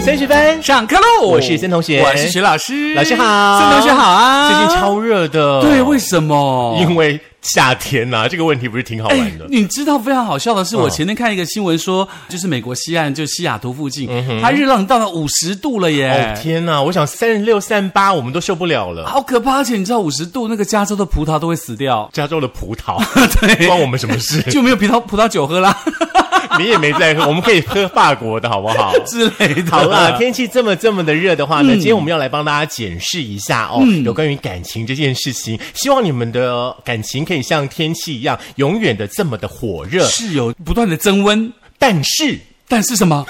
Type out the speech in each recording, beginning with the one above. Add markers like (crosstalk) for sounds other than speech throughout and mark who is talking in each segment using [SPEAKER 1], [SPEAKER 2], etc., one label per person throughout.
[SPEAKER 1] 三十分
[SPEAKER 2] 上课喽！
[SPEAKER 1] 我是森同学
[SPEAKER 2] 我是徐老师，
[SPEAKER 1] 老师好
[SPEAKER 2] 森同学好啊！
[SPEAKER 1] 最近超热的，
[SPEAKER 2] 对，为什么？
[SPEAKER 1] 因为夏天呐、这个问题不是挺好
[SPEAKER 2] 哎
[SPEAKER 1] 玩的？
[SPEAKER 2] 你知道非常好笑的是，
[SPEAKER 1] 嗯
[SPEAKER 2] 我前天看一个新闻说，就是美国西岸，就西雅图附近，它热浪到了五十度了耶
[SPEAKER 1] 嗯哦，天呐，我想三十六、三八我们都受不了了。，
[SPEAKER 2] 好可怕！而且你知道五十度，那个加州的葡萄都会死掉
[SPEAKER 1] (laughs) 加州的葡萄
[SPEAKER 2] (laughs) 对
[SPEAKER 1] 关我们什么事？
[SPEAKER 2] (laughs) 就没有葡萄葡萄酒喝啦 (laughs)
[SPEAKER 1] 你也没在喝，我们可以喝法国的好不
[SPEAKER 2] (laughs)
[SPEAKER 1] 好？
[SPEAKER 2] 之类的。
[SPEAKER 1] 好啦，天气这么这么的热的话
[SPEAKER 2] 嗯
[SPEAKER 1] 呢，今天我们要来帮大家检视一下哦，有关于感情这件事情。希望你们的感情可以像天气一样，永远的这么的火热。
[SPEAKER 2] 是有不断的增温，
[SPEAKER 1] 但是
[SPEAKER 2] 但是
[SPEAKER 1] (laughs)
[SPEAKER 2] 什么？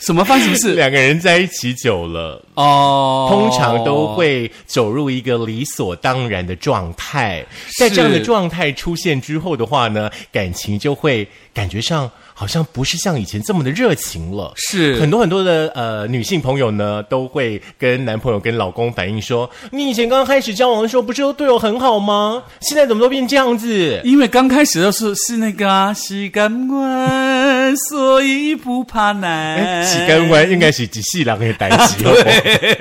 [SPEAKER 2] 什么发生什么事？
[SPEAKER 1] 两个人在一起久了，
[SPEAKER 2] 哦，
[SPEAKER 1] 通常都会走入一个理所当然的状态。在这样的状态出现之后的话呢，感情就会感觉上好像不是像以前这么的热情了。
[SPEAKER 2] 是
[SPEAKER 1] 很多很多的呃女性朋友呢，都会跟男朋友、跟老公反映说：“你以前刚开始交往的时候，不是都对我很好吗？现在怎么都变这样子？”
[SPEAKER 2] 因为刚开始的时候是那个啊，喜感弯，所以不怕难。
[SPEAKER 1] 洗干，哎弯应该是几细郎的代志 (laughs)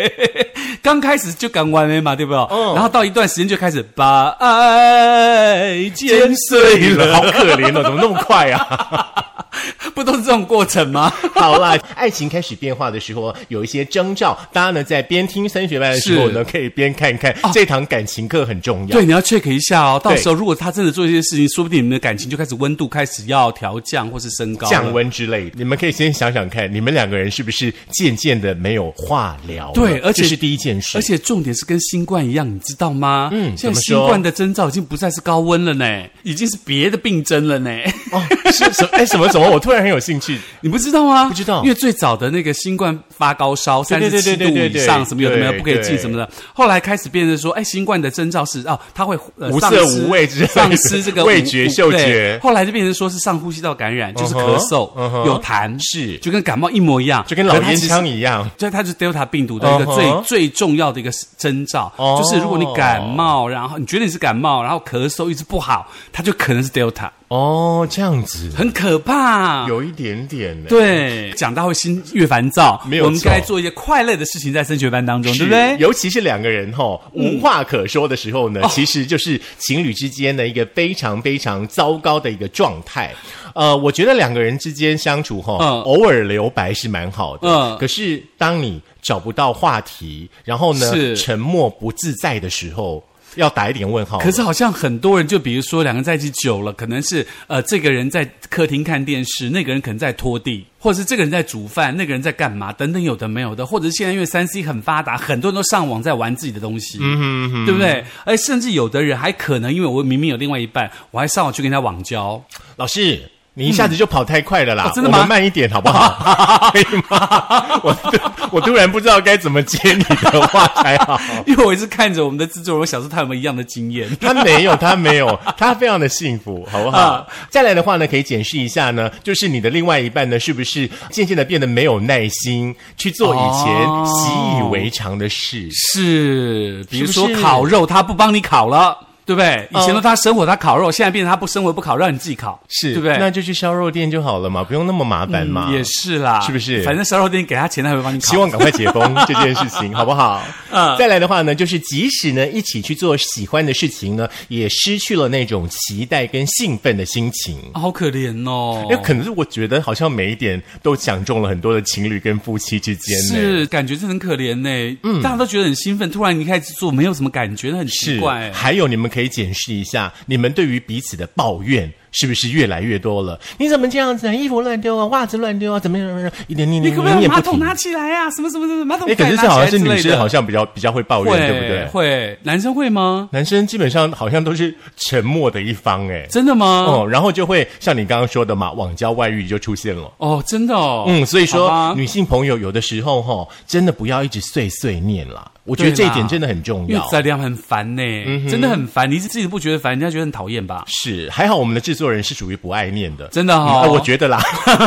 [SPEAKER 2] 刚开始就敢弯的嘛，对不对？
[SPEAKER 1] 嗯
[SPEAKER 2] 然后到一段时间就开始把爱
[SPEAKER 1] 尖
[SPEAKER 2] 剪
[SPEAKER 1] 碎
[SPEAKER 2] 碎
[SPEAKER 1] (laughs) 了，
[SPEAKER 2] 了，
[SPEAKER 1] 好可怜哦，怎么那么快啊？
[SPEAKER 2] 不都是这种过程
[SPEAKER 1] (laughs)
[SPEAKER 2] 吗？
[SPEAKER 1] 好啦，爱情开始变化的时候，有一些征兆，大家呢在边听升学班的时候呢，可以边看看、这堂感情课很重要。
[SPEAKER 2] 哦对，你要 check 一下哦。到
[SPEAKER 1] 对
[SPEAKER 2] 时候如果他真的做一些事情，说不定你们的感情就开始温度开始要调降或是升高了
[SPEAKER 1] 降。温之类的，你们可以先想想看，你们两个人是不是渐渐的没有话聊了？
[SPEAKER 2] 对而且
[SPEAKER 1] 这是第一件事
[SPEAKER 2] 而。且重点是跟新冠一样，你知道吗？
[SPEAKER 1] 嗯
[SPEAKER 2] 现
[SPEAKER 1] 怎
[SPEAKER 2] 在
[SPEAKER 1] 么
[SPEAKER 2] 新
[SPEAKER 1] 说
[SPEAKER 2] 冠的征兆已经不再是高温了呢，已经是别的病征了呢。
[SPEAKER 1] 哦，是什么？哎，什么什么？我突然很有兴趣。
[SPEAKER 2] 你不知道吗？
[SPEAKER 1] 不知道
[SPEAKER 2] 因为最早的那个新冠发高烧，三
[SPEAKER 1] 对
[SPEAKER 2] 十
[SPEAKER 1] 对对
[SPEAKER 2] 七度
[SPEAKER 1] 对对
[SPEAKER 2] 以
[SPEAKER 1] 对
[SPEAKER 2] 上，什么有的没有
[SPEAKER 1] 对
[SPEAKER 2] 不可以进什么的。后来开始变成说，哎，新冠的征兆是哦，它会、呃、
[SPEAKER 1] 无色
[SPEAKER 2] 丧失
[SPEAKER 1] 无味之类的
[SPEAKER 2] 丧失这个
[SPEAKER 1] (laughs) 味觉
[SPEAKER 2] 五
[SPEAKER 1] 嗅觉
[SPEAKER 2] 对后来就变成说是上呼吸道感染，就是
[SPEAKER 1] 嗯哼
[SPEAKER 2] 咳嗽、
[SPEAKER 1] 嗯哼
[SPEAKER 2] 有痰，
[SPEAKER 1] 是
[SPEAKER 2] 就跟感冒一模一样，
[SPEAKER 1] 就跟老
[SPEAKER 2] 可是它
[SPEAKER 1] 烟
[SPEAKER 2] 其实
[SPEAKER 1] 枪一样。
[SPEAKER 2] 对，它就是 Delta 病毒的一个最、
[SPEAKER 1] 嗯哼
[SPEAKER 2] 最重要的一个征兆，
[SPEAKER 1] 哦
[SPEAKER 2] 就是如果你感冒，然后你觉得你是感冒，然后咳嗽一直不好，它就可能是 Delta，
[SPEAKER 1] 哦，这样子
[SPEAKER 2] 很可怕。
[SPEAKER 1] 有一点点呢。
[SPEAKER 2] 对，讲到会心越烦躁，
[SPEAKER 1] 没有错
[SPEAKER 2] 我们该做一些快乐的事情在升学班当中，
[SPEAKER 1] 是
[SPEAKER 2] 对不对？
[SPEAKER 1] 尤其是两个人哈、
[SPEAKER 2] 嗯
[SPEAKER 1] 无话可说的时候
[SPEAKER 2] 哦
[SPEAKER 1] 呢，其实就是情侣之间的一个非常非常糟糕的一个状态。呃，我觉得两个人之间相处哈、
[SPEAKER 2] 嗯
[SPEAKER 1] 偶尔留白是蛮好的。
[SPEAKER 2] 嗯
[SPEAKER 1] 可是当你找不到话题，然后呢
[SPEAKER 2] 是
[SPEAKER 1] 沉默不自在的时候，要打一点问号了。
[SPEAKER 2] 可是好像很多人，就比如说两个人在一起久了，可能是呃，这个人在客厅看电视，那个人可能在拖地，或者是这个人在煮饭，那个人在干嘛，等等，有的没有的，或者是现在因为三 C 很发达，很多人都上网在玩自己的东西，嗯对不对？而甚至有的人还可能因为我明明有另外一半，我还上网去跟他网交，
[SPEAKER 1] 老师。你一下子就跑太快了啦！
[SPEAKER 2] 哦真的吗
[SPEAKER 1] 我们慢一点好不
[SPEAKER 2] (laughs)
[SPEAKER 1] 好？可以吗？我 (laughs) 突我突然不知道该怎么接你的话才好。
[SPEAKER 2] 因为我一直看着我们的制作人，我想说他有没有一样的经验。
[SPEAKER 1] 他没有，他没有，他非常的幸福，好不好？
[SPEAKER 2] 啊
[SPEAKER 1] 再来的话呢，可以检视一下呢，就是你的另外一半呢，是不是渐渐的变得没有耐心去做以前
[SPEAKER 2] 哦
[SPEAKER 1] 习以为常的事？
[SPEAKER 2] 是，比如说
[SPEAKER 1] 是不是
[SPEAKER 2] 烤肉，他不帮你烤了，对不对？以前
[SPEAKER 1] 嗯
[SPEAKER 2] 都他生火，他烤肉，现在变成他不生火不烤，让你自己烤，对不对？嗯
[SPEAKER 1] 那就去烧肉店就好了嘛，不用那么麻烦嗯嘛。
[SPEAKER 2] 也是啦，
[SPEAKER 1] 是不是
[SPEAKER 2] 反正烧肉店给他钱，他会帮你烤。
[SPEAKER 1] 希望赶快解
[SPEAKER 2] (laughs)
[SPEAKER 1] 封这件事情，好不好？
[SPEAKER 2] 嗯
[SPEAKER 1] 再来的话呢，就是即使呢一起去做喜欢的事情呢，也失去了那种期待跟兴奋的心情。
[SPEAKER 2] 啊好可怜哦
[SPEAKER 1] 哎因为。可能是我觉得好像每一点都讲中了很多的情侣跟夫妻之间呢。
[SPEAKER 2] 是，感觉真的很可怜呢。嗯，大家都觉得很兴奋，突然你开始做，没有什么感觉，那很奇
[SPEAKER 1] 是
[SPEAKER 2] 怪。
[SPEAKER 1] 还有，你们可以检视一下，你们对于彼此的抱怨是不是越来越多了？你怎么这样子啊？衣服乱丢啊，袜子乱丢啊，怎么怎么怎么？一点点
[SPEAKER 2] 你
[SPEAKER 1] 点
[SPEAKER 2] 可不可以
[SPEAKER 1] 你
[SPEAKER 2] 把
[SPEAKER 1] 也
[SPEAKER 2] 马
[SPEAKER 1] 不
[SPEAKER 2] 桶
[SPEAKER 1] 停。
[SPEAKER 2] 拿起来啊？什么什么什么马桶
[SPEAKER 1] 哎，可
[SPEAKER 2] 盖
[SPEAKER 1] 是
[SPEAKER 2] 拿
[SPEAKER 1] 这
[SPEAKER 2] 起
[SPEAKER 1] 好
[SPEAKER 2] 来
[SPEAKER 1] 像
[SPEAKER 2] 之
[SPEAKER 1] 是女
[SPEAKER 2] 类
[SPEAKER 1] 生，
[SPEAKER 2] 的
[SPEAKER 1] 好像比较比较会抱
[SPEAKER 2] 会
[SPEAKER 1] 怨，对不对？
[SPEAKER 2] 会，男生会吗？
[SPEAKER 1] 男生基本上好像都是沉默的一方，哎，
[SPEAKER 2] 真的吗？
[SPEAKER 1] 哦，然后就会像你刚刚说的嘛，网交外遇就出现了。
[SPEAKER 2] 哦，真的哦。
[SPEAKER 1] 嗯，所以
[SPEAKER 2] 好
[SPEAKER 1] 说
[SPEAKER 2] 吧
[SPEAKER 1] 女性朋友有的时候哈、真的不要一直碎碎念啦。我觉得
[SPEAKER 2] 对啦
[SPEAKER 1] 这一点真的很重
[SPEAKER 2] 因为
[SPEAKER 1] 要。嗯
[SPEAKER 2] 质量很烦呢、真的很烦。你自己不觉得烦，人家觉得很讨厌吧？
[SPEAKER 1] 是，还好我们的制作人是属于不爱念的，
[SPEAKER 2] 真的
[SPEAKER 1] 啊，
[SPEAKER 2] 哈、
[SPEAKER 1] 我觉得啦。
[SPEAKER 2] (laughs)
[SPEAKER 1] (laughs)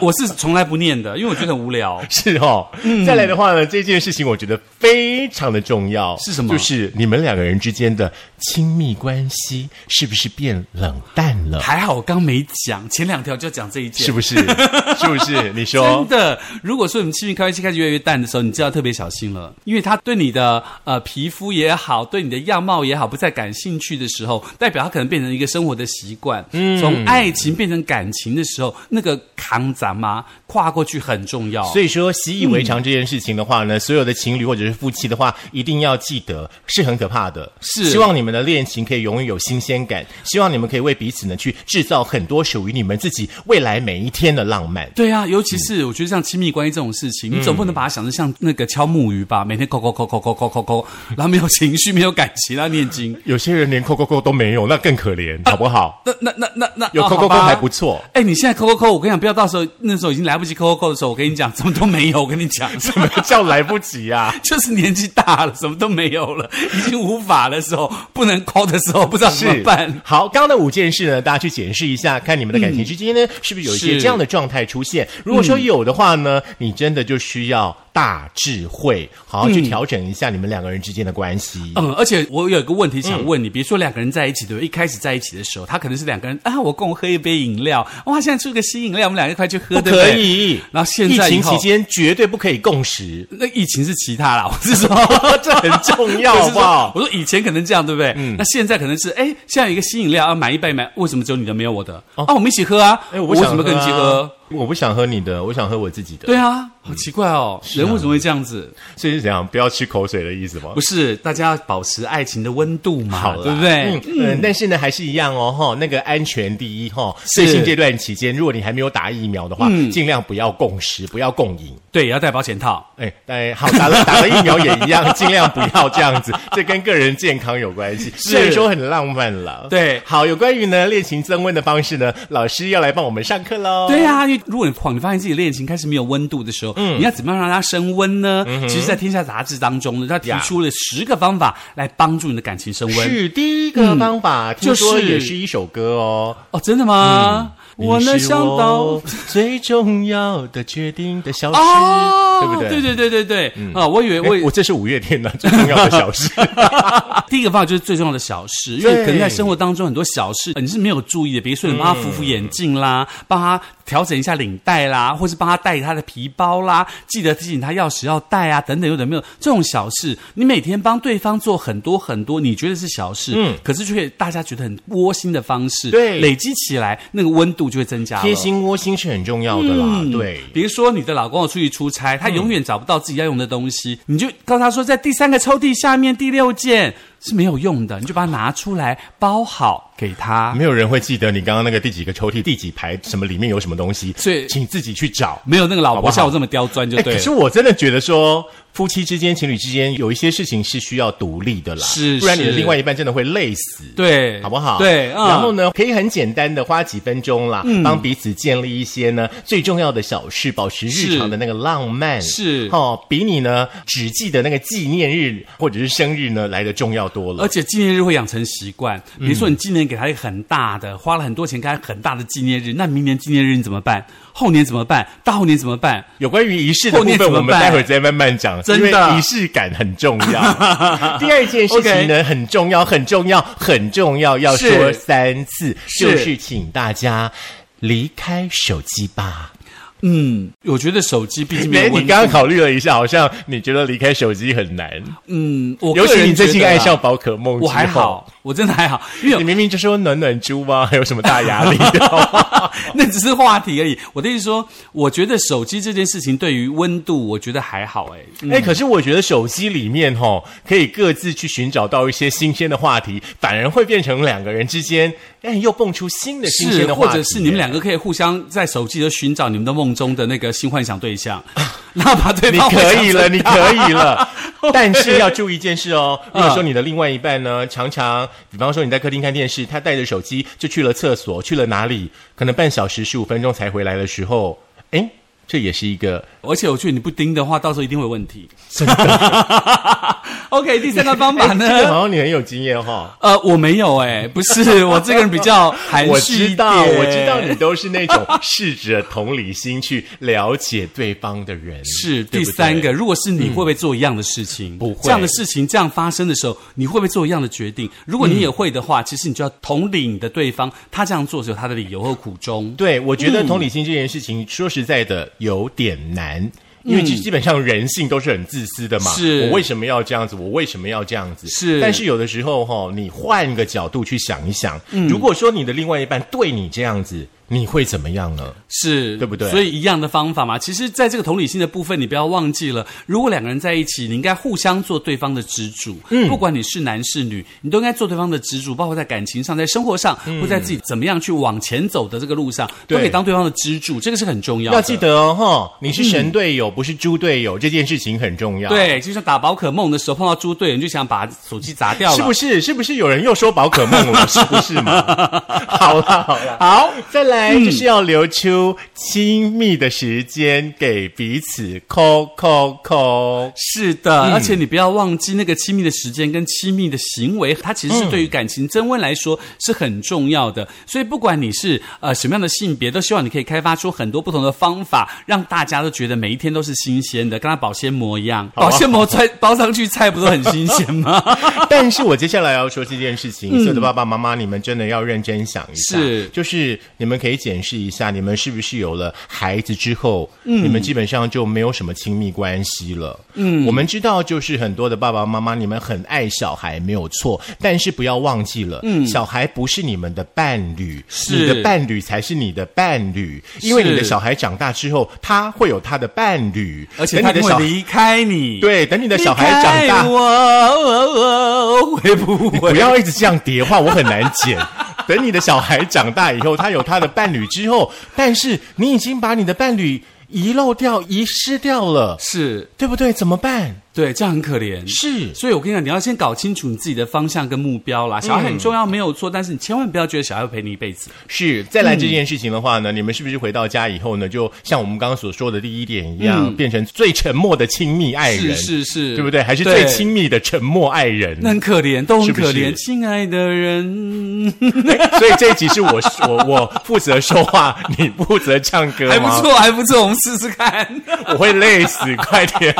[SPEAKER 2] 我是从来不念的，因为我觉得很无聊。
[SPEAKER 1] 是哦，再来的话呢，这件事情我觉得非常的重要，
[SPEAKER 2] 是什么
[SPEAKER 1] 就是你们两个人之间的亲密关系是不是变冷淡了？
[SPEAKER 2] 还好我刚没讲，前两条就讲这一件，
[SPEAKER 1] 是不 (laughs) 是？是不是？你说
[SPEAKER 2] 真的，如果说你们亲密关系开始越来越淡的时候，你就要特别小心了，因为他对你的呃皮肤也好，对你的样貌也好，不再感兴趣的时候，代表他可能变成一个生活的习惯。嗯，从爱情变成感情的时候，那个扛咱妈跨过去很重要。
[SPEAKER 1] 所以说习以为常这件事情的话呢，所有的情侣或者是夫妻的话，一定要记得是很可怕的。
[SPEAKER 2] 是
[SPEAKER 1] 希望你们的恋情可以永远有新鲜感，希望你们可以为彼此呢去制造很多属于你们自己未来每一天的浪漫。
[SPEAKER 2] 对啊，尤其
[SPEAKER 1] 嗯
[SPEAKER 2] 是我觉得像亲密关系这种事情，你总不能把它想成像那个敲木鱼吧，每天抠抠抠抠抠抠
[SPEAKER 1] (laughs)
[SPEAKER 2] 抠抠，然后没有情绪，没有感情，然后念经。
[SPEAKER 1] 有些人连扣扣扣都没有，那更可怜，好不好？
[SPEAKER 2] 那那那那那
[SPEAKER 1] (laughs) 有
[SPEAKER 2] 哦
[SPEAKER 1] 扣
[SPEAKER 2] 好
[SPEAKER 1] 扣扣
[SPEAKER 2] 吧
[SPEAKER 1] 还不错。
[SPEAKER 2] (laughs) 哎、你现在扣扣扣，我跟你讲，不要到时候那时候已经来不及扣扣扣的时候，我跟你讲，什么都没有。我跟你讲， (laughs)
[SPEAKER 1] 怎么叫来不及 (laughs) 啊？
[SPEAKER 2] 就是年纪大了，什么都没有了，已经无法的时候，不能抠的时候，不知道怎么办。
[SPEAKER 1] 好，刚刚的五件事呢，大家去检视一下，看你们的感情之间呢，是不是有一些
[SPEAKER 2] 是
[SPEAKER 1] 这样的状态出现？如果说有的话呢，
[SPEAKER 2] 嗯
[SPEAKER 1] 你真的就需要大智慧，好好去调整一下你们两个人之间的关系。
[SPEAKER 2] 嗯，而且我有一个问题想
[SPEAKER 1] 嗯
[SPEAKER 2] 问你，比如说两个人在一起，对不对？一开始在一起的时候，他可能是两个人啊，我共喝一杯饮料，哇，现在出个新饮料，我们两个一块去喝，
[SPEAKER 1] 不
[SPEAKER 2] 对不对
[SPEAKER 1] 可以，
[SPEAKER 2] 然后现在
[SPEAKER 1] 疫情
[SPEAKER 2] 以后
[SPEAKER 1] 期间绝对不可以共识，
[SPEAKER 2] 那疫情是其他啦，我是说
[SPEAKER 1] (laughs) 这很重
[SPEAKER 2] (laughs)
[SPEAKER 1] 要，好不好？嗯
[SPEAKER 2] 我是说我说以前可能这样，对不对？那现在可能是，哎，现在有一个新饮料要啊买一杯买，为什么只有你的没有我的？啊，我们一起喝啊！
[SPEAKER 1] 哎，
[SPEAKER 2] 我
[SPEAKER 1] 我不
[SPEAKER 2] 为
[SPEAKER 1] 想
[SPEAKER 2] 什么跟你一起
[SPEAKER 1] 喝
[SPEAKER 2] 喝
[SPEAKER 1] 啊？，我不想喝你的，我想喝我自己的。
[SPEAKER 2] 对啊，好奇怪哦，
[SPEAKER 1] 啊
[SPEAKER 2] 人为什么会这样子？
[SPEAKER 1] 所以是怎样？不要吃口水的意思吗？
[SPEAKER 2] 不是，大家要保持爱情的温度嘛，
[SPEAKER 1] 好啦，
[SPEAKER 2] 对不对？
[SPEAKER 1] 嗯、呃但是呢，还是一样哦，哈，那个安全第一，哈。最近这段期间，如果你还没有打疫苗的话，
[SPEAKER 2] 嗯
[SPEAKER 1] 尽量不要共食，不要共饮。
[SPEAKER 2] 对，也要戴保险套。
[SPEAKER 1] 哎，哎，好，打了打 (laughs) 了疫苗也一样，尽量不要这
[SPEAKER 2] (laughs)
[SPEAKER 1] 样子，这跟个人健康有关系。虽然说很浪漫了，
[SPEAKER 2] 对
[SPEAKER 1] 好，有关于呢恋情增温的方式呢，老师要来帮我们上课喽。
[SPEAKER 2] 对啊，因为如果你你发现自己恋情开始没有温度的时候，
[SPEAKER 1] 嗯
[SPEAKER 2] 你要怎么样让它升温呢？其实，在《天下》杂志当中呢，他提
[SPEAKER 1] 呀
[SPEAKER 2] 出了十个方法来帮助你的感情升温。
[SPEAKER 1] 是第一个方法，听说
[SPEAKER 2] 嗯就是
[SPEAKER 1] 也是一首歌哦。
[SPEAKER 2] 哦，真的吗？我能想到
[SPEAKER 1] 你是嗯我 (laughs) 最重要的决定的消失，
[SPEAKER 2] 哦，
[SPEAKER 1] 对不对？
[SPEAKER 2] 对对对对对，啊，我以为我
[SPEAKER 1] 哎
[SPEAKER 2] 啊
[SPEAKER 1] 我我这是五月天的 (laughs) 最重要的小
[SPEAKER 2] (laughs)
[SPEAKER 1] 事。
[SPEAKER 2] 第一个方法就是最重要的小事，因为
[SPEAKER 1] 对嗯
[SPEAKER 2] 可能在生活当中很多小事呃你是没有注意的，比如说你帮他扶扶眼镜啦，帮他调整一下领带啦，或是帮他带他的皮包啦，记得提醒他钥匙要带啊，等等，有点没有这种小事，你每天帮对方做很多很多，你觉得是小事，
[SPEAKER 1] 嗯
[SPEAKER 2] 可是却大家觉得很窝心的方式，
[SPEAKER 1] 对
[SPEAKER 2] 累积起来那个温度就会增加了，
[SPEAKER 1] 贴心窝心是很重要的啦，啊对。
[SPEAKER 2] 嗯
[SPEAKER 1] 嗯
[SPEAKER 2] 比如说你的老公要出去出差，他永远找不到自己要用的东西，你就告诉他说，在第三个抽屉下面第六件是没有用的，你就把它拿出来包好给他。
[SPEAKER 1] 没有人会记得你刚刚那个第几个抽屉、第几排什么里面有什么东西，
[SPEAKER 2] 所以
[SPEAKER 1] 请自己去找。
[SPEAKER 2] 没有那个老
[SPEAKER 1] 好不
[SPEAKER 2] 婆
[SPEAKER 1] 好
[SPEAKER 2] 像我这么刁钻就
[SPEAKER 1] 哎，
[SPEAKER 2] 对
[SPEAKER 1] 可
[SPEAKER 2] 了。
[SPEAKER 1] 是我真的觉得说，夫妻之间、情侣之间有一些事情是需要独立的啦，
[SPEAKER 2] 是
[SPEAKER 1] 不然你的
[SPEAKER 2] 是
[SPEAKER 1] 另外一半真的会累死。
[SPEAKER 2] 对，
[SPEAKER 1] 好不好？
[SPEAKER 2] 对，嗯
[SPEAKER 1] 然后呢，可以很简单的花几分钟啦，帮彼此建立一些呢最重要的小事，保持日
[SPEAKER 2] 是
[SPEAKER 1] 常的那个浪漫。
[SPEAKER 2] 是
[SPEAKER 1] 哦，比你呢只记得那个纪念日或者是生日呢来的重要多了
[SPEAKER 2] 而。且纪念日会养成习惯，
[SPEAKER 1] 嗯
[SPEAKER 2] 比如说你今年给他一个很大的，花了很多钱给他很大的纪念日，那明年纪念日你怎么办？后年怎么办？大后年怎么办？
[SPEAKER 1] 有关于仪式的部
[SPEAKER 2] 后面
[SPEAKER 1] 分，
[SPEAKER 2] 怎么
[SPEAKER 1] 我
[SPEAKER 2] 办
[SPEAKER 1] 们待会儿再慢慢讲，
[SPEAKER 2] 真的
[SPEAKER 1] 因为仪式感很重
[SPEAKER 2] (laughs)
[SPEAKER 1] 要。第二件事情呢，很重要，很重要，很重要，要
[SPEAKER 2] 是
[SPEAKER 1] 说三次，
[SPEAKER 2] 是
[SPEAKER 1] 就是请大家离开手机吧。
[SPEAKER 2] 嗯，我觉得手机毕竟没
[SPEAKER 1] 哎，
[SPEAKER 2] 有温
[SPEAKER 1] 你
[SPEAKER 2] 度
[SPEAKER 1] 刚刚考虑了一下，好像你觉得离开手机很难。
[SPEAKER 2] 嗯，我
[SPEAKER 1] 尤
[SPEAKER 2] 个
[SPEAKER 1] 其
[SPEAKER 2] 人
[SPEAKER 1] 你最
[SPEAKER 2] 觉
[SPEAKER 1] 近
[SPEAKER 2] 得
[SPEAKER 1] 爱
[SPEAKER 2] 啦
[SPEAKER 1] 上宝可梦，
[SPEAKER 2] 我还，好，我真的还好，因为
[SPEAKER 1] 你明明就说暖暖猪吗？还有什么大压力的？
[SPEAKER 2] (laughs) 那只是话题而已。我的意思说，我觉得手机这件事情对于温度，我觉得还好哎、嗯
[SPEAKER 1] 哎、可是我觉得手机里面哈、可以各自去寻找到一些新鲜的话题，反而会变成两个人之间，哎，又蹦出新的新鲜
[SPEAKER 2] 是，
[SPEAKER 1] 的
[SPEAKER 2] 或
[SPEAKER 1] 话题，
[SPEAKER 2] 者是你们两个可以互相在手机的寻找你们的梦中的那个新幻想对象， (laughs) 然后把对 (laughs)
[SPEAKER 1] 你
[SPEAKER 2] 方
[SPEAKER 1] 可以了，
[SPEAKER 2] 幻想成
[SPEAKER 1] 你可以
[SPEAKER 2] (laughs)
[SPEAKER 1] 了，但是要注意一件事哦。
[SPEAKER 2] 嗯
[SPEAKER 1] 如果说你的另外一半呢，常常，比方说你在客厅看电视，他带着手机就去了厕所，去了哪里，可能半小时、十五分钟才回来的时候，哎，这也是一个
[SPEAKER 2] 而且我觉得你不盯的话，到时候一定会有问题。
[SPEAKER 1] 真的。
[SPEAKER 2] (laughs) OK，第三个方法呢？
[SPEAKER 1] 哎这个好像你很有经验哈。
[SPEAKER 2] 呃，我没有哎、不是，我这个人比较含
[SPEAKER 1] 我
[SPEAKER 2] 蓄
[SPEAKER 1] 知
[SPEAKER 2] 一点。
[SPEAKER 1] 道，我知道你都是那种试着同理心去了解对方的人。
[SPEAKER 2] (laughs) 是
[SPEAKER 1] 对
[SPEAKER 2] 第
[SPEAKER 1] 不对嗯
[SPEAKER 2] 三个，如果是你会不会做一样的事情？
[SPEAKER 1] 不会
[SPEAKER 2] 这样的事情这样发生的时候，你会不会做一样的决定？如果你
[SPEAKER 1] 嗯
[SPEAKER 2] 也会的话，其实你就要同理你的对方，他这样做是有他的理由和苦衷。
[SPEAKER 1] 对，我觉得
[SPEAKER 2] 嗯
[SPEAKER 1] 同理心这件事情，说实在的，有点难。因为基基本上人性都是很自私的嘛，
[SPEAKER 2] 嗯是
[SPEAKER 1] 我为什么要这样子？我为什么要这样子？
[SPEAKER 2] 是
[SPEAKER 1] 但是有的时候哈、你换个角度去想一想，
[SPEAKER 2] 嗯
[SPEAKER 1] 如果说你的另外一半对你这样子，你会怎么样呢？
[SPEAKER 2] 是
[SPEAKER 1] 对不对
[SPEAKER 2] 所以一样的方法嘛。其实，在这个同理心的部分，你不要忘记了，如果两个人在一起，你应该互相做对方的支柱。嗯，不管你是男是女，你都应该做对方的支柱，包括在感情上、在生活上，或在自己怎么样去往前走的这个路上，都
[SPEAKER 1] 嗯对
[SPEAKER 2] 可以当对方的支柱，这个是很重要的。
[SPEAKER 1] 要记得哦，哈，你是神队友，不是猪队友，这件事情很重要。。
[SPEAKER 2] 对，就像打宝可梦的时候碰到猪队友，你就想把手机砸掉了。
[SPEAKER 1] 是不是？是不是有人又说宝可梦
[SPEAKER 2] (laughs)
[SPEAKER 1] 了？是不是嘛？好啦好啦，
[SPEAKER 2] 好，
[SPEAKER 1] 再来就是要留出亲密的时间给彼此，扣扣扣。
[SPEAKER 2] 是的，而且你不要忘记那个亲密的时间跟亲密的行为，它其实是对于感情增温来说是很重要的。所以不管你是呃什么样的性别，都希望你可以开发出很多不同的方法，让大家都觉得每一天都是新鲜的，跟它保鲜膜一样，保鲜膜菜包上去菜不都很新鲜吗？ (laughs)
[SPEAKER 1] 但是我接下来要说这件事情，所有的爸爸妈妈，你们真的要认真想一下，
[SPEAKER 2] 嗯是
[SPEAKER 1] 就是你们可以检视一下，你们是不是有了孩子之后，
[SPEAKER 2] 嗯
[SPEAKER 1] 你们基本上就没有什么亲密关系了。嗯，我们知道，就是很多的爸爸妈妈，你们很爱小孩没有错，但是不要忘记了，嗯，小孩不是你们的伴侣，
[SPEAKER 2] 是
[SPEAKER 1] 你的伴侣才是你的伴侣，因为
[SPEAKER 2] 是
[SPEAKER 1] 你的小孩长大之后，他会有他的伴侣，
[SPEAKER 2] 而且
[SPEAKER 1] 等
[SPEAKER 2] 它
[SPEAKER 1] 你的
[SPEAKER 2] 会
[SPEAKER 1] 小
[SPEAKER 2] 离开你。。
[SPEAKER 1] 对，等你的小孩长大，
[SPEAKER 2] 我、哦哦会不
[SPEAKER 1] (laughs)
[SPEAKER 2] 会
[SPEAKER 1] 不要一直这样叠话，我很难 (laughs) 剪。等你的小孩长大以后，他有他的伴侣之后，但是你已经把你的伴侣遗漏掉、遗失掉了，
[SPEAKER 2] 是
[SPEAKER 1] 对不对？怎么办？
[SPEAKER 2] 对，这样很可怜。
[SPEAKER 1] 是嗯
[SPEAKER 2] 所以我跟你讲，你要先搞清楚你自己的方向跟目标啦。小孩很重要，没有错，但是你千万不要觉得小孩会陪你一辈子。
[SPEAKER 1] 是，再来这件事情的话呢，你们是不是回到家以后呢，就像我们刚刚所说的第一点一样，变成最沉默的亲密爱
[SPEAKER 2] 是
[SPEAKER 1] 哎人，
[SPEAKER 2] 是是，
[SPEAKER 1] 对不对？嗯还是最亲，密的沉默爱人？
[SPEAKER 2] 那很可怜，都很可
[SPEAKER 1] 是
[SPEAKER 2] 怜。
[SPEAKER 1] 不是
[SPEAKER 2] 亲爱的人，
[SPEAKER 1] (laughs) 所以这一集是我我我负责说话，你负责唱歌
[SPEAKER 2] 还不
[SPEAKER 1] 吗？
[SPEAKER 2] 错，还不错，我们试试看。 (laughs)
[SPEAKER 1] 我会累死，快点。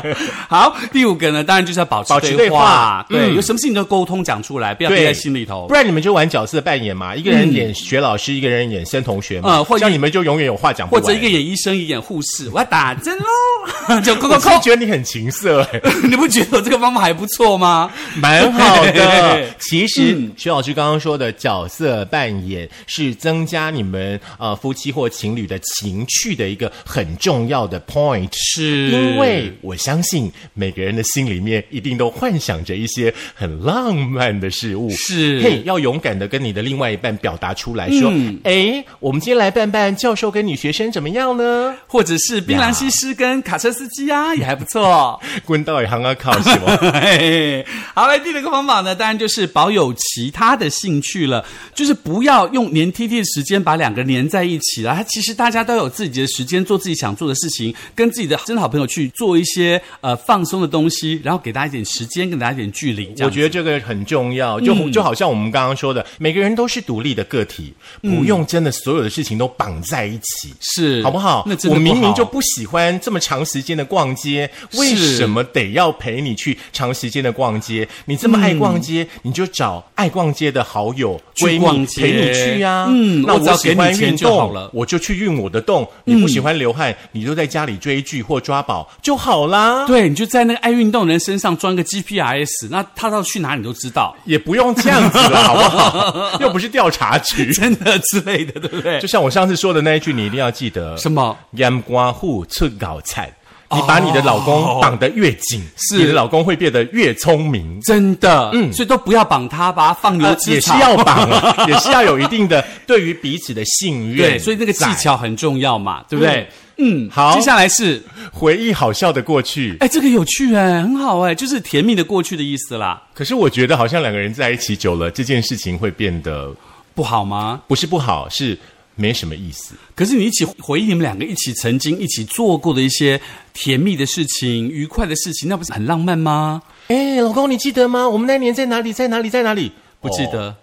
[SPEAKER 2] 好，第五个呢，当然就是要保持
[SPEAKER 1] 保持对话
[SPEAKER 2] 对，
[SPEAKER 1] 嗯
[SPEAKER 2] 有什么事情都沟通讲出来，不要憋
[SPEAKER 1] 对
[SPEAKER 2] 在心里头嗯
[SPEAKER 1] 不。然你们就玩角色扮演嘛，一个人演学老师，一个人演生同学嘛，
[SPEAKER 2] 嗯或
[SPEAKER 1] 像你们就永远有话讲不
[SPEAKER 2] 或
[SPEAKER 1] 完。
[SPEAKER 2] 者一个演医生，一个演护士，我要打针
[SPEAKER 1] (laughs)
[SPEAKER 2] 喽，就扣
[SPEAKER 1] 我
[SPEAKER 2] 扣
[SPEAKER 1] 是
[SPEAKER 2] 扣。
[SPEAKER 1] 觉得你很情色、 (laughs) 欸，
[SPEAKER 2] 你不觉得我这个方法还不错吗？
[SPEAKER 1] 蛮好的
[SPEAKER 2] (laughs) 对。
[SPEAKER 1] 其实、
[SPEAKER 2] 嗯
[SPEAKER 1] 徐老师刚刚说的角色扮演是增加你们呃夫妻或情侣的情趣的一个很重要的 point。
[SPEAKER 2] 是
[SPEAKER 1] 因为我相信每个人的心里面一定都幻想着一些很浪漫的事物，
[SPEAKER 2] 是
[SPEAKER 1] 嘿，要勇敢的跟你的另外一半表达出来，说，哎、我们今天来办办教授跟女学生怎么样呢？
[SPEAKER 2] 或者是槟榔西施跟卡车司机啊，也还不 (laughs) 错。
[SPEAKER 1] 滚到底行啊靠什 (laughs) 么？
[SPEAKER 2] 嘿好来，第六个方法呢，当然就是保有其他的兴趣了，就是不要用黏 T T 的时间把两个人黏在一起了。其实大家都有自己的时间做自己想做的事情，跟自己的真好朋友去做一些呃放松的东西，然后给大家一点时间，给大家一点距离。
[SPEAKER 1] 我
[SPEAKER 2] 这样子
[SPEAKER 1] 觉得这嗯个很重要，就、就好像我们刚刚说的，每个人都是独立的个体，不用真的所有的事情都绑在一起。
[SPEAKER 2] 是
[SPEAKER 1] 好不好？
[SPEAKER 2] 那真的
[SPEAKER 1] 我明
[SPEAKER 2] 不
[SPEAKER 1] 明
[SPEAKER 2] 好
[SPEAKER 1] 就不喜欢这么长时间的逛街，为什么得要陪你去长时间的逛街？你这么爱逛街，你就找爱逛街的好友、
[SPEAKER 2] 去
[SPEAKER 1] 闺
[SPEAKER 2] 逛
[SPEAKER 1] 蜜
[SPEAKER 2] 街
[SPEAKER 1] 陪你去呀、
[SPEAKER 2] 嗯
[SPEAKER 1] 那
[SPEAKER 2] 我只要
[SPEAKER 1] 喜欢
[SPEAKER 2] 给你钱
[SPEAKER 1] 运
[SPEAKER 2] 就好
[SPEAKER 1] 动
[SPEAKER 2] 了嗯
[SPEAKER 1] 我就去运我的动。你不喜欢流汗，你就在家里追剧或抓宝就好啦。
[SPEAKER 2] 对，你就在那个爱运动的人身上装一个 G P R S，那他到去哪里都知 (laughs) 道，
[SPEAKER 1] 也不用这样子了，好不
[SPEAKER 2] (laughs)
[SPEAKER 1] 好？又不是调查局。
[SPEAKER 2] 真的之类的，对不
[SPEAKER 1] (laughs)
[SPEAKER 2] 对
[SPEAKER 1] 就？像我上次说的那一句，你一定要记得。
[SPEAKER 2] 什么？哦
[SPEAKER 1] 烟瓜户出搞菜。你把你的老公绑得越紧，
[SPEAKER 2] 是
[SPEAKER 1] 你的老公会变得越聪明。
[SPEAKER 2] 真的，嗯，所以都不要绑他，把他放牛
[SPEAKER 1] 呃
[SPEAKER 2] 吃
[SPEAKER 1] 也是
[SPEAKER 2] 草。
[SPEAKER 1] 要绑
[SPEAKER 2] (laughs)
[SPEAKER 1] 啊，也是要有一定的对于彼此的信任。
[SPEAKER 2] 对，所以那个技巧很重要嘛，对不对？嗯，
[SPEAKER 1] 好
[SPEAKER 2] 接下来是，
[SPEAKER 1] 回忆好笑的过去。
[SPEAKER 2] 哎，这个有趣哎，很好哎，就是甜蜜的过去的意思啦，
[SPEAKER 1] 可是我觉得好像两个人在一起久了，这件事情会变得
[SPEAKER 2] 不好吗？
[SPEAKER 1] 不是不好，是没什么意思。
[SPEAKER 2] 可是你一起回忆你们两个一起曾经一起做过的一些甜蜜的事情、愉快的事情，那不是很浪漫吗？
[SPEAKER 1] 哎，老公，你记得吗？我们那年在哪里，在哪里，在哪里？
[SPEAKER 2] 不记
[SPEAKER 1] 哦
[SPEAKER 2] 得，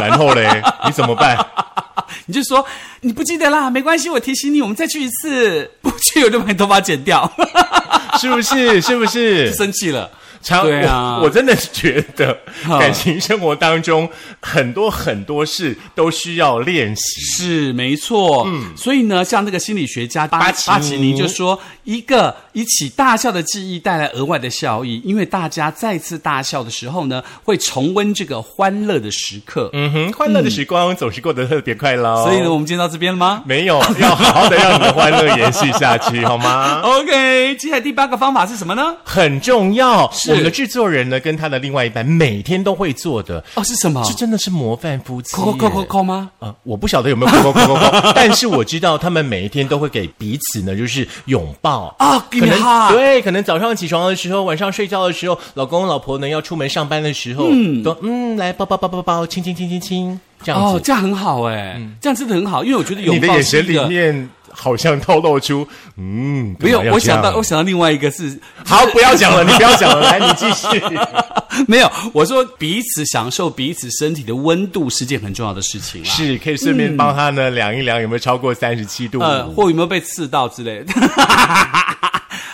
[SPEAKER 1] 然后嘞，你怎么办？
[SPEAKER 2] (laughs) 你就说你不记得啦，没关系，我提醒你，我们再去一次，不去我就把你头发剪掉， (laughs)
[SPEAKER 1] 是不是？是不是？
[SPEAKER 2] 生气了。
[SPEAKER 1] 常
[SPEAKER 2] 对啊
[SPEAKER 1] 我，我真的觉得
[SPEAKER 2] (laughs) 好
[SPEAKER 1] 感情生活当中很多很多事都需要练习。
[SPEAKER 2] 是没错，嗯，所以呢，像那个心理学家巴
[SPEAKER 1] 巴奇
[SPEAKER 2] 巴奇尼就说，一个一起大笑的记忆带来额外的效益，因为大家再次大笑的时候呢，会重温这个欢乐的时刻。
[SPEAKER 1] 嗯哼，欢乐的时光总是过得特别快乐、哦。
[SPEAKER 2] 所以呢，我们今天到这边了吗？
[SPEAKER 1] 没有要好好的让你的欢乐延续下
[SPEAKER 2] (laughs)
[SPEAKER 1] 去，好吗？
[SPEAKER 2] OK，接下来第八个方法是什么呢？
[SPEAKER 1] 很重要。
[SPEAKER 2] 是
[SPEAKER 1] 我们的制作人呢，跟他的另外一半每天都会做的，
[SPEAKER 2] 哦，是什么？
[SPEAKER 1] 这真的是模范夫妻耶。
[SPEAKER 2] 扣扣扣扣扣吗？
[SPEAKER 1] 呃，我不晓得有没有扣扣扣扣扣， (laughs) 但是我知道他们每一天都会给彼此呢，就是拥抱
[SPEAKER 2] 啊，give
[SPEAKER 1] 可
[SPEAKER 2] me
[SPEAKER 1] 能
[SPEAKER 2] hug
[SPEAKER 1] 对，可能早上起床的时候，晚上睡觉的时候，老公老婆呢要出门上班的时候，嗯，都嗯来抱抱抱抱抱，亲亲亲亲亲，这样
[SPEAKER 2] 哦，
[SPEAKER 1] 子。
[SPEAKER 2] 这样很好哎，这样真的很好，因为我觉得
[SPEAKER 1] 嗯
[SPEAKER 2] 拥
[SPEAKER 1] 你的
[SPEAKER 2] 抱
[SPEAKER 1] 眼
[SPEAKER 2] 是
[SPEAKER 1] 神
[SPEAKER 2] 一
[SPEAKER 1] 里
[SPEAKER 2] 个。
[SPEAKER 1] 面好像透露出，嗯，
[SPEAKER 2] 没有
[SPEAKER 1] 干嘛，要
[SPEAKER 2] 我
[SPEAKER 1] 这样
[SPEAKER 2] 想到，我想到另外一个是
[SPEAKER 1] 好，不要 (laughs) 讲了，你不要讲了，来，你继续。
[SPEAKER 2] (laughs) 没有，我说彼此享受彼此身体的温度是件很重要的事情
[SPEAKER 1] (laughs)
[SPEAKER 2] 啦。
[SPEAKER 1] 是，可以顺便帮他呢量一量有没有超过三十七度。
[SPEAKER 2] 呃，或有没有被刺到之类的。 (laughs)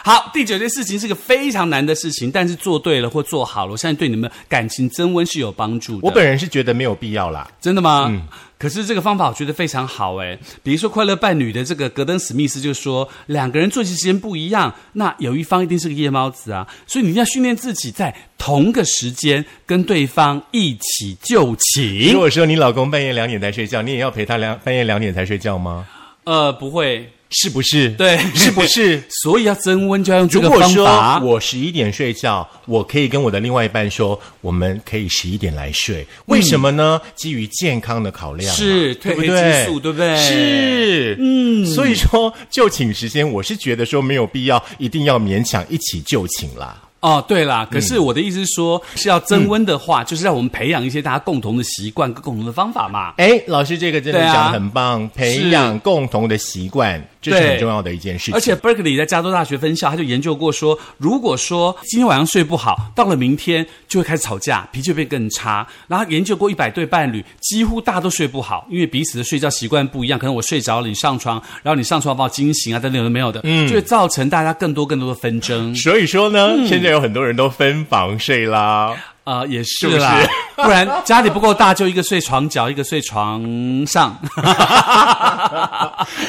[SPEAKER 2] 好，第九件事情是个非常难的事情，但是做对了或做好了，我相信对你们感情增温是有帮助的。
[SPEAKER 1] 我本人嗯是觉得没有必要啦。
[SPEAKER 2] 真的吗？可是这个方法我觉得非常好诶，比如说《快乐伴侣》的这个格登史密斯就说，两个人作息时间不一样，那有一方一定是个夜猫子啊，所以你一定要训练自己在同个时间跟对方一起就寝
[SPEAKER 1] 如。果说你老公半夜两点才睡觉，你也要陪他两半夜两点才睡觉吗？
[SPEAKER 2] 呃，不会，
[SPEAKER 1] 是不是？
[SPEAKER 2] 对
[SPEAKER 1] 是不 (laughs) 是？
[SPEAKER 2] 所以要增温就要用这
[SPEAKER 1] 如
[SPEAKER 2] 个
[SPEAKER 1] 果
[SPEAKER 2] 方
[SPEAKER 1] 说
[SPEAKER 2] 法。
[SPEAKER 1] 我十一点睡觉，我可以跟我的另外一半说，我们可以十一点来睡。为什么呢？基于健康的考量嘛，
[SPEAKER 2] 是
[SPEAKER 1] 对不
[SPEAKER 2] 褪黑
[SPEAKER 1] 对
[SPEAKER 2] 激素对不对
[SPEAKER 1] 是，嗯。所以说就寝时间，我是觉得说没有必要一定要勉强一起就寝啦。
[SPEAKER 2] 哦，对
[SPEAKER 1] 嗯
[SPEAKER 2] 啦，可是我的意思是说，是要增温的话，就是让我们培养一些大家共同的习惯跟共同的方法嘛。
[SPEAKER 1] 哎，老师这个真的
[SPEAKER 2] 对啊
[SPEAKER 1] 讲得很棒，培养共同的习惯，这是
[SPEAKER 2] 对
[SPEAKER 1] 很重要的一件事情。
[SPEAKER 2] 而且 Berkeley 在加州大学分校，他就研究过说，如果说今天晚上睡不好，到了明天就会开始吵架，脾气会变更差。然后他研究过一百对伴侣，几乎大家都睡不好，因为彼此的睡觉习惯不一样，可能我睡着了，你上床，然后你上床把我惊醒啊，等等有的没有的，
[SPEAKER 1] 嗯
[SPEAKER 2] 就会造成大家更多更多的纷争。
[SPEAKER 1] 所以说呢，
[SPEAKER 2] 嗯
[SPEAKER 1] 现在有很多人都分房睡啦。
[SPEAKER 2] 啊、也
[SPEAKER 1] 是
[SPEAKER 2] 是
[SPEAKER 1] 不 (laughs)
[SPEAKER 2] 啦，
[SPEAKER 1] 是
[SPEAKER 2] 不然家里不够大，就一个睡床角，一个睡床上。
[SPEAKER 1] (laughs)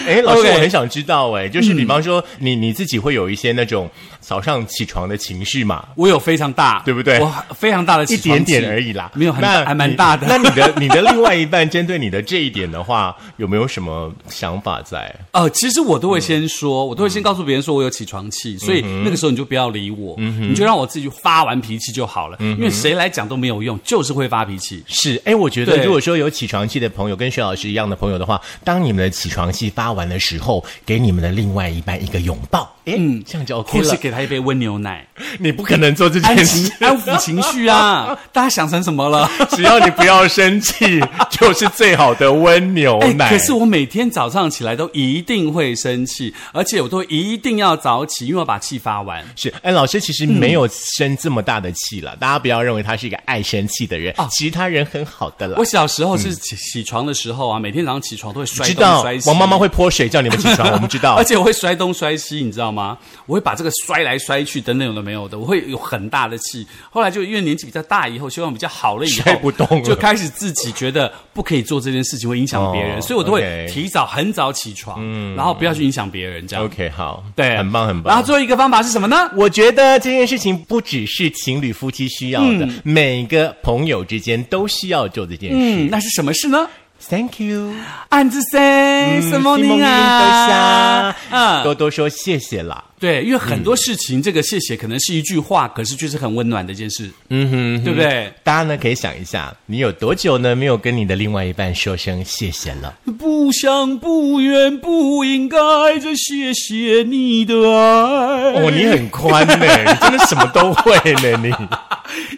[SPEAKER 1] 哎，老师
[SPEAKER 2] OK
[SPEAKER 1] 我很想知道，哎，就是比方说你你自己会有一些那种早上起床的情绪嘛？
[SPEAKER 2] 我有非常大，
[SPEAKER 1] 对不对
[SPEAKER 2] 我非常大的
[SPEAKER 1] 一
[SPEAKER 2] 起床
[SPEAKER 1] 点
[SPEAKER 2] 气
[SPEAKER 1] 点而已啦，
[SPEAKER 2] 没有很
[SPEAKER 1] 那
[SPEAKER 2] 大，
[SPEAKER 1] 你
[SPEAKER 2] 还蛮大的。
[SPEAKER 1] 那你的 (laughs) 你的另外一半针对你的这一点的话，有没有什么想法在？
[SPEAKER 2] 呃，其实我都会先说，
[SPEAKER 1] 嗯
[SPEAKER 2] 我都会先告诉别人说我有起床气，所以那个时候你就不要理我，
[SPEAKER 1] 嗯
[SPEAKER 2] 你就让我自己发完脾气就好了，因为谁来讲都没有用，就是会发脾气。
[SPEAKER 1] 是，哎，我觉得
[SPEAKER 2] 对
[SPEAKER 1] 如果说有起床气的朋友跟薛老师一样的朋友的话，当你们的起床气发完的时候，给你们的另外一半一个拥抱，哎，这样就 OK (laughs)
[SPEAKER 2] 或是
[SPEAKER 1] 了。
[SPEAKER 2] 给他一杯温牛
[SPEAKER 1] (laughs)
[SPEAKER 2] 奶，
[SPEAKER 1] 你不可能做这
[SPEAKER 2] 安
[SPEAKER 1] 件
[SPEAKER 2] 情
[SPEAKER 1] 事，
[SPEAKER 2] 安抚情绪啊！大家想成什么了？
[SPEAKER 1] (laughs) 只要你不要生
[SPEAKER 2] (laughs)
[SPEAKER 1] 气，就是最好的温牛
[SPEAKER 2] 哎，
[SPEAKER 1] 奶。
[SPEAKER 2] 可是我每天早上起来都一定会生气，而且我都一定要早起，因为我要把气发完。
[SPEAKER 1] 是，哎，老师其实没有生这么大的气
[SPEAKER 2] 嗯
[SPEAKER 1] 了，大家不要认为他是一个爱生气的人，其实他人很好的啦
[SPEAKER 2] 啊我。小时候是起起床的时候啊，每天早上起床都会摔
[SPEAKER 1] 嗯知
[SPEAKER 2] 东
[SPEAKER 1] 道
[SPEAKER 2] 摔西。
[SPEAKER 1] 王妈妈会泼水叫你们起
[SPEAKER 2] (laughs)
[SPEAKER 1] 床，我们知道
[SPEAKER 2] 而。且我会摔东摔西，你知道吗？我会把这个摔来摔去，等等有的没有的，我会有很大的气。后来就因为年纪比较大，以后修养比较好了，以后
[SPEAKER 1] 摔不动了
[SPEAKER 2] 就开始自己觉得不可以做这件事情，会影响别人，
[SPEAKER 1] 哦
[SPEAKER 2] 所以我都会
[SPEAKER 1] OK 嗯
[SPEAKER 2] 提早很早起床，然后不要去影响别人，这样
[SPEAKER 1] OK，好，
[SPEAKER 2] 对，
[SPEAKER 1] 很棒很棒。
[SPEAKER 2] 然后最后一个方法是什么呢？
[SPEAKER 1] 我觉得这件事情不只是情侣夫妻需要的，每个朋友之间都需要做这件事。
[SPEAKER 2] 嗯，那是什么事呢？嗯
[SPEAKER 1] Thank you，
[SPEAKER 2] 暗之 say，什么
[SPEAKER 1] 西蒙
[SPEAKER 2] 你
[SPEAKER 1] 尼
[SPEAKER 2] 啊？
[SPEAKER 1] 德夏
[SPEAKER 2] 嗯
[SPEAKER 1] 多多说谢谢啦。
[SPEAKER 2] 对，因为很多事情，这个谢谢可能是一句话，可是却是很温暖的一件事，
[SPEAKER 1] 嗯哼，
[SPEAKER 2] 对不对？
[SPEAKER 1] 大家呢可以想一下，你有多久呢没有跟你的另外一半说声谢谢了？
[SPEAKER 2] 嗯不想、不愿、不应该，这谢谢你的爱。
[SPEAKER 1] (laughs) 哦，你很宽 (laughs) 呢、你真的什么都会呢、你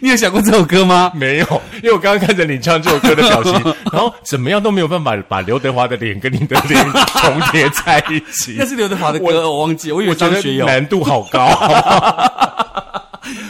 [SPEAKER 2] 你有想过这首歌吗？
[SPEAKER 1] (laughs) 没有，因为我刚刚看着你唱这首歌的表 (laughs) 情，然后怎么样都没有办法把刘德华的脸跟你的脸重叠在一 (laughs) 起
[SPEAKER 2] (laughs) 那。是刘德华的歌，我忘记，我以为
[SPEAKER 1] 我觉
[SPEAKER 2] 张
[SPEAKER 1] 得
[SPEAKER 2] 学友。
[SPEAKER 1] 难度好高，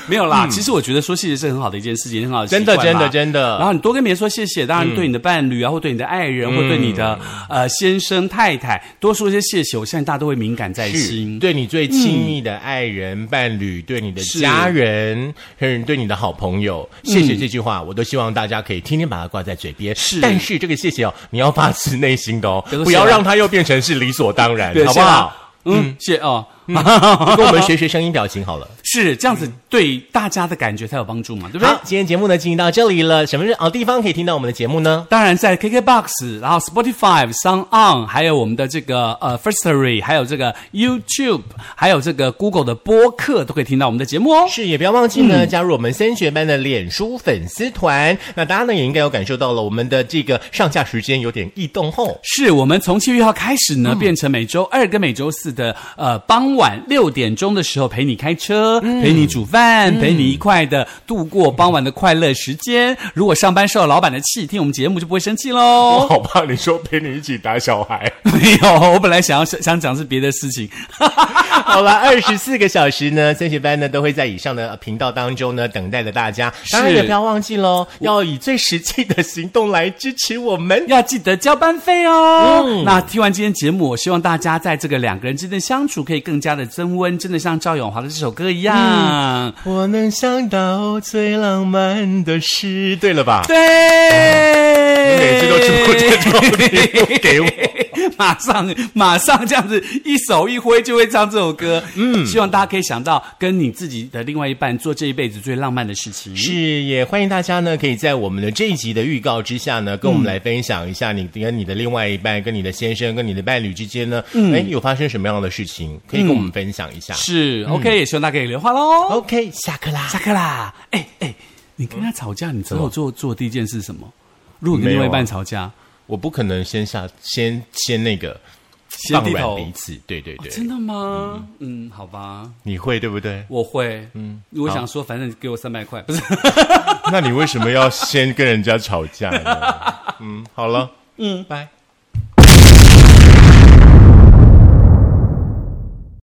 [SPEAKER 2] 没有啦，其实我觉得说谢谢是很好的一件事情，很嗯好的习
[SPEAKER 1] (laughs) 真的，
[SPEAKER 2] 惯嘛
[SPEAKER 1] 真的，真
[SPEAKER 2] 然
[SPEAKER 1] 的。
[SPEAKER 2] 后你多跟别人说谢谢，当然对你的伴侣啊，或对你的爱人，或对你的
[SPEAKER 1] 嗯
[SPEAKER 2] 呃先生、太太，多说一些谢谢，我相信大家都会敏感在
[SPEAKER 1] 是
[SPEAKER 2] 心。
[SPEAKER 1] 对你最亲密的爱人、伴侣，对你的
[SPEAKER 2] 是
[SPEAKER 1] 家人，甚至对你的好朋友，谢谢这句话，我都希望大家可以天天把它挂在嘴边。
[SPEAKER 2] 是
[SPEAKER 1] 但嗯是这个谢谢哦，你要发自内心的哦，
[SPEAKER 2] 比如说
[SPEAKER 1] 不要
[SPEAKER 2] 谢啦
[SPEAKER 1] 让它又变成是理所当然，好不
[SPEAKER 2] 谢啦
[SPEAKER 1] 好？？ (laughs)
[SPEAKER 2] 嗯，谢哦，
[SPEAKER 1] 你跟我们学学声音表情好了。
[SPEAKER 2] 是这样子，对大家的感觉才有帮助嘛，对不对
[SPEAKER 1] 好？，今天节目呢进行到这里了，什么是哦地方可以听到我们的节目呢？
[SPEAKER 2] 当然，在 KKBOX，然后 Spotify、Sound On，还有我们的这个呃 Firstory，还有这个 YouTube，还有这个 Google 的播客，都可以听到我们的节目哦。
[SPEAKER 1] 是，也不要忘记呢，加入我们升学班的脸书粉丝团。那大家呢也应该有感受到了，我们的这个上架时间有点异动后。
[SPEAKER 2] 是我们从七月一号开始呢，
[SPEAKER 1] 嗯
[SPEAKER 2] 变成每周二跟每周四的呃傍晚六点钟的时候陪你开车，
[SPEAKER 1] 嗯
[SPEAKER 2] 陪你煮饭，陪你一块的度过傍晚的快乐时间。如果上班受到老板的气，听我们节目就不会生气喽。
[SPEAKER 1] 好怕你说陪你一起打小孩。
[SPEAKER 2] (laughs) 没有，我本来想要想想讲是别的事情，
[SPEAKER 1] (laughs)
[SPEAKER 2] (laughs)
[SPEAKER 1] 好了，二十四个小时呢，升学班呢都会在以上的呃频道当中呢等待着大家。当然
[SPEAKER 2] 是
[SPEAKER 1] 也不要忘记喽，要以最实际的行动来支持我们。
[SPEAKER 2] 要记得交班费哦。
[SPEAKER 1] 嗯
[SPEAKER 2] 那听完今天节目，我希望大家在这个两个人之间的相处可以更加的增温，真的像赵咏华的这首歌一样。
[SPEAKER 1] (laughs) 我能想到最浪漫的事，对了吧？
[SPEAKER 2] 对，
[SPEAKER 1] (laughs) 每次都出这种礼物给我。
[SPEAKER 2] (laughs) 马上马上这样子一手一挥就会唱这首歌。嗯，希望大家可以想到跟你自己的另外一半做这一辈子最浪漫的事情。
[SPEAKER 1] (laughs) 是，也欢迎大家呢，可以在我们的这一集的预告之下呢，跟我们来分享一下你跟你的另外一半、跟你的先生、跟你的伴侣之间呢，哎、有发生什么样的事情，可以跟我们分享一下。
[SPEAKER 2] 是，OK，也希望大家可以留话喽。
[SPEAKER 1] OK，下课啦。
[SPEAKER 2] 下课啦！哎哎，你跟他吵架，你之后做做第一件事是什么？如果你跟另外一半吵架，
[SPEAKER 1] 我不可能先下先先那个
[SPEAKER 2] 先
[SPEAKER 1] 放
[SPEAKER 2] 低
[SPEAKER 1] 软
[SPEAKER 2] 头，哦
[SPEAKER 1] 彼此，对对对，
[SPEAKER 2] 真的吗？嗯，好吧，？
[SPEAKER 1] 你会对不对 (laughs)
[SPEAKER 2] 我会。嗯，我想说，反正你给我三百块，不是。
[SPEAKER 1] 那你为什么要先跟人家吵架呢？嗯，好了，嗯，拜。